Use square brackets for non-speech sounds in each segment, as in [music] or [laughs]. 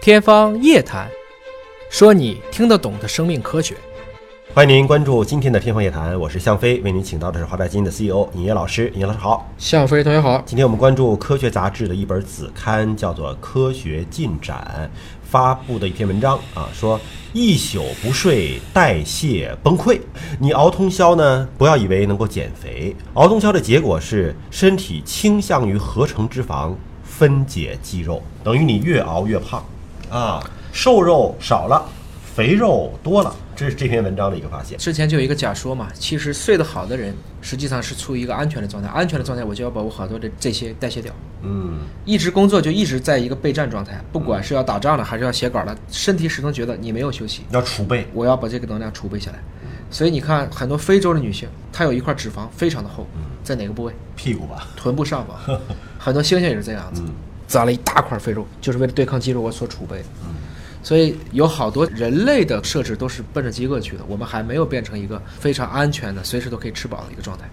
天方夜谭，说你听得懂的生命科学。欢迎您关注今天的《天方夜谭》，我是向飞，为您请到的是华大基因的 CEO 尹烨老师。尹烨老师好，向飞同学好，今天我们关注《科学》杂志的一本子刊，叫做《科学进展》，发布的一篇文章啊，说一宿不睡代谢崩溃。你熬通宵呢，不要以为能够减肥，熬通宵的结果是身体倾向于合成脂肪分解肌肉，等于你越熬越胖啊，瘦肉少了，肥肉多了。这是这篇文章的一个发现。之前就有一个假说嘛，其实睡得好的人实际上是处于一个安全的状态，安全的状态我就要把我好多的这些代谢掉。嗯，一直工作就一直在一个备战状态，不管是要打仗了还是要写稿了，身体始终觉得你没有休息，要储备。我要把这个能量储备下来。所以你看，很多非洲的女性，她有一块脂肪非常的厚，在哪个部位？屁股吧。臀部上方， [laughs] 很多猩猩也是这样子，攒了一大块肥肉，就是为了对抗肌肉我所储备的。所以有好多人类的设置都是奔着饥饿去的，我们还没有变成一个非常安全的、随时都可以吃饱的一个状态。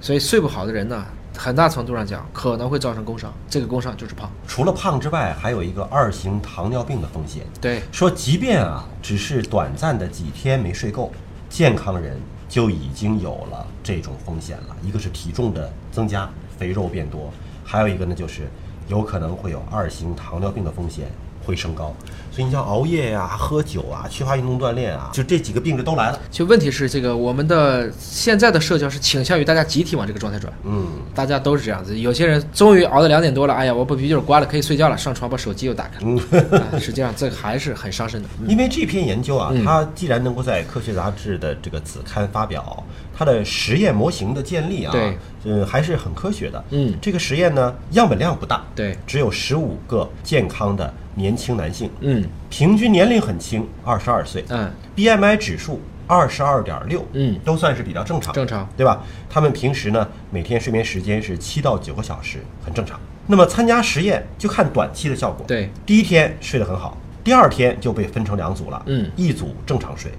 所以睡不好的人呢，很大程度上讲可能会造成工伤，这个工伤就是胖。除了胖之外，还有一个二型糖尿病的风险。对，说即便啊，只是短暂的几天没睡够，健康人就已经有了这种风险了。一个是体重的增加，肥肉变多；还有一个呢，就是有可能会有二型糖尿病的风险会升高。所以你像熬夜呀、喝酒啊、缺乏运动锻炼啊，就这几个病就都来了。就问题是这个我们的现在的社交是倾向于大家集体往这个状态转。嗯，大家都是这样子，有些人终于熬到两点多了，哎呀，我把啤酒关了，可以睡觉了，上床把手机又打开嗯了。啊、实际上这还是很伤身的。因为这篇研究嗯啊，它既然能够在《科学》杂志的这个子刊发表，它的实验模型的建立啊，对，呃，还是很科学的。嗯这个实验呢，样本量不大，对，只有十五个健康的年轻男性，嗯平均年龄很轻，二十二岁，嗯 BMI 指数二十二点六，嗯，都算是比较正常，正常，对吧？他们平时呢，每天睡眠时间是七到九个小时，很正常。那么参加实验就看短期的效果，对，第一天睡得很好，第二天就被分成两组了，嗯一组正常睡，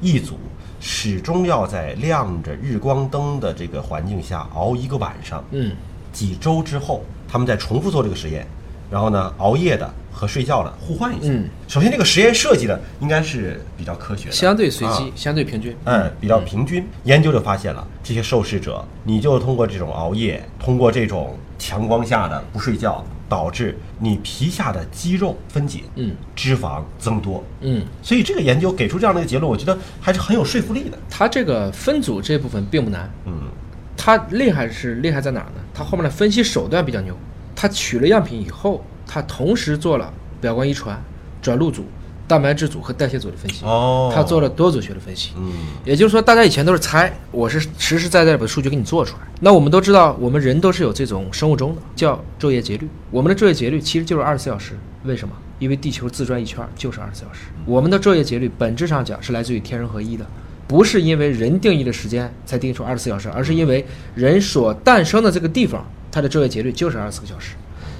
一组始终要在亮着日光灯的这个环境下熬一个晚上，嗯，几周之后，他们再重复做这个实验，然后呢，熬夜的和睡觉的互换一下。嗯，首先这个实验设计的应该是比较科学的，相对随啊机，相对平均。嗯，比较平均。研究就发现了，这些受试者，你就通过这种熬夜，通过这种强光下的不睡觉，导致你皮下的肌肉分解，嗯，脂肪增多。嗯，所以这个研究给出这样的一个结论，我觉得还是很有说服力的。它这个分组这部分并不难，嗯，它厉害是厉害在哪儿呢？它后面的分析手段比较牛。它取了样品以后，它同时做了表观遗传、转录组、蛋白质组和代谢组的分析。哦它做了多组学的分析。嗯，也就是说，大家以前都是猜，我是实实在在地把数据给你做出来。那我们都知道，我们人都是有这种生物钟的，叫昼夜节律。我们的昼夜节律其实就是二十四小时。为什么？因为地球自转一圈儿就是二十四小时。我们的昼夜节律本质上讲是来自于天人合一的，不是因为人定义的时间才定义出二十四小时，而是因为人所诞生的这个地方，它的昼夜节律就是二十四个小时。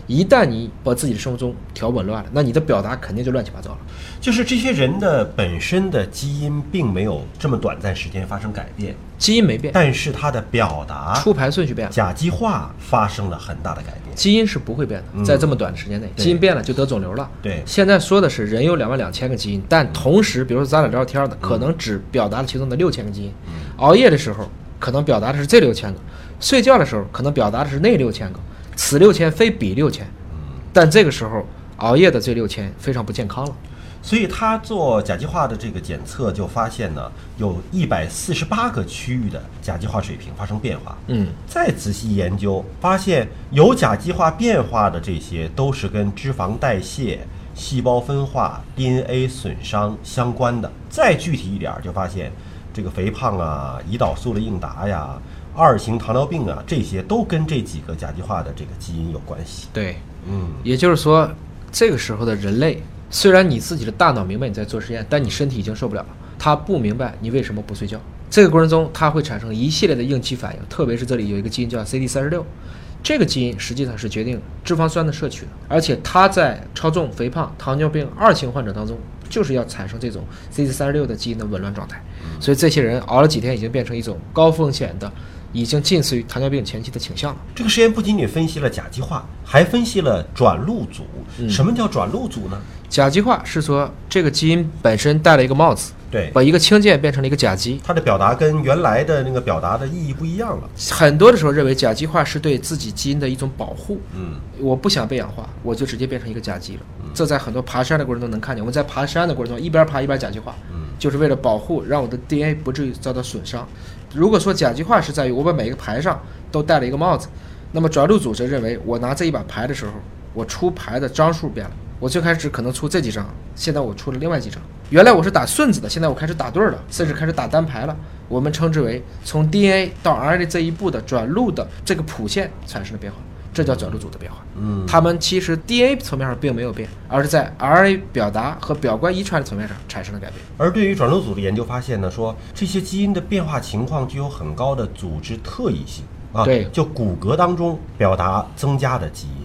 一旦你把自己的生物钟调紊乱了，那你的表达肯定就乱七八糟了。就是这些人的本身的基因并没有这么短暂时间发生改变，基因没变，但是他的表达、出牌顺序变了。甲基化发生了很大的改变。基因是不会变的，在这么短的时间内，基因变了就得肿瘤了。对现在说的是人有两万两千个基因，但同时，比如说咱俩聊天的，可能只表达了其中的六千个基因。熬夜的时候，可能表达的是这六千个；睡觉的时候，可能表达的是那六千个，此六千非彼六千。但这个时候，熬夜的这六千非常不健康了。所以他做甲基化的这个检测就发现呢，有一百四十八个区域的甲基化水平发生变化。嗯，再仔细研究，发现有甲基化变化的这些都是跟脂肪代谢、细胞分化、DNA 损伤相关的。再具体一点，就发现这个肥胖啊、胰岛素的应答呀、二型糖尿病啊，这些都跟这几个甲基化的这个基因有关系。对，嗯，也就是说，这个时候的人类，虽然你自己的大脑明白你在做实验，但你身体已经受不了了。他不明白你为什么不睡觉。这个过程中，它会产生一系列的应激反应，特别是这里有一个基因叫 CD 三十六，这个基因实际上是决定脂肪酸的摄取的，而且它在超重、肥胖、糖尿病二型患者当中，就是要产生这种 CD 三十六的基因的紊乱状态。所以这些人熬了几天，已经变成一种高风险的已经近似于糖尿病前期的倾向了。这个实验不仅仅分析了甲基化，还分析了转录组。什么叫转录组呢？甲基化是说这个基因本身戴了一个帽子，对，把一个氢键变成了一个甲基。它的表达跟原来的那个表达的意义不一样了。很多的时候认为甲基化是对自己基因的一种保护，嗯，我不想被氧化，我就直接变成一个甲基了。这在很多爬山的过程中能看见。我们在爬山的过程中，一边爬一边甲基化，就是为了保护，让我的 DNA 不至于遭到损伤。如果说甲基化是在于我把每个牌上都戴了一个帽子，那么转录组则认为我拿这一把牌的时候，我出牌的张数变了。我最开始可能出这几张，现在我出了另外几张。原来我是打顺子的，现在我开始打对儿了，甚至开始打单排了。我们称之为从 DNA 到 RNA 这一步的转录的这个谱线产生了变化，这叫转录组的变化。嗯他们其实 DNA 层面上并没有变，而是在 RNA 表达和表观遗传的层面上产生了改变。而对于转录组的研究发现呢，说这些基因的变化情况具有很高的组织特异性啊，对就骨骼当中表达增加的基因，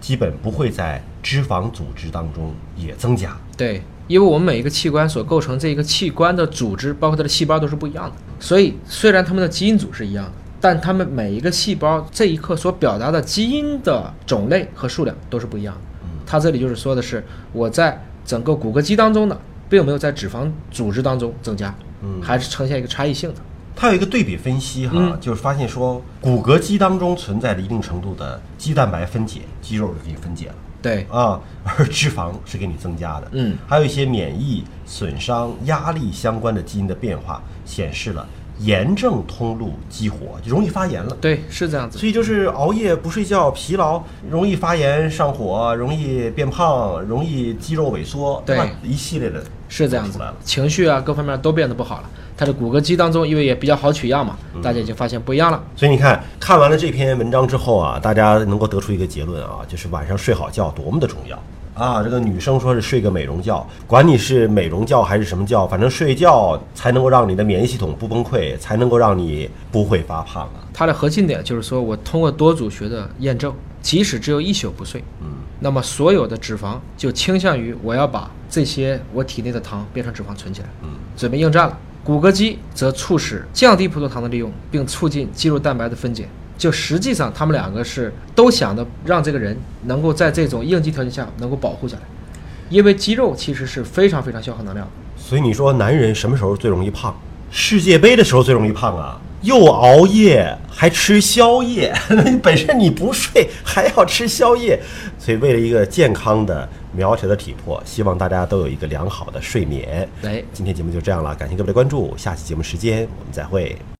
基本不会在脂肪组织当中也增加。对，因为我们每一个器官所构成这一个器官的组织，包括它的细胞都是不一样的，所以虽然它们的基因组是一样的，但它们每一个细胞这一刻所表达的基因的种类和数量都是不一样的。它这里就是说的是我在整个骨骼肌当中呢，并没有在脂肪组织当中增加，还是呈现一个差异性的。它有一个对比分析哈，嗯就是发现说骨骼肌当中存在着一定程度的肌蛋白分解，肌肉就给你分解了。对，啊， [laughs] 而脂肪是给你增加的。嗯，还有一些免疫、损伤、压力相关的基因的变化，显示了炎症通路激活，就容易发炎了。对，是这样子。所以就是熬夜、不睡觉、疲劳，容易发炎、上火，容易变胖，容易肌肉萎缩，对吧？一系列的是这样子出来了，情绪啊各方面都变得不好了。它的骨骼肌当中，因为也比较好取样嘛，大家已经发现不一样了。所以你看，看完了这篇文章之后啊，大家能够得出一个结论啊，就是晚上睡好觉多么的重要啊！这个女生说是睡个美容觉，管你是美容觉还是什么觉，反正睡觉才能够让你的免疫系统不崩溃，才能够让你不会发胖啊。它的核心点就是说我通过多组学的验证，即使只有一宿不睡，嗯，那么所有的脂肪就倾向于我要把这些我体内的糖变成脂肪存起来，嗯，准备应战了。骨骼肌则促使降低葡萄糖的利用，并促进肌肉蛋白的分解。就实际上，他们两个是都想的让这个人能够在这种应激条件下能够保护下来，因为肌肉其实是非常非常消耗能量的。所以你说男人什么时候最容易胖？世界杯的时候最容易胖啊！又熬夜还吃宵夜， [laughs] 本身你不睡还要吃宵夜，所以为了一个健康的苗条的体魄，希望大家都有一个良好的睡眠。哎，今天节目就这样了，感谢各位的关注，下期节目时间我们再会。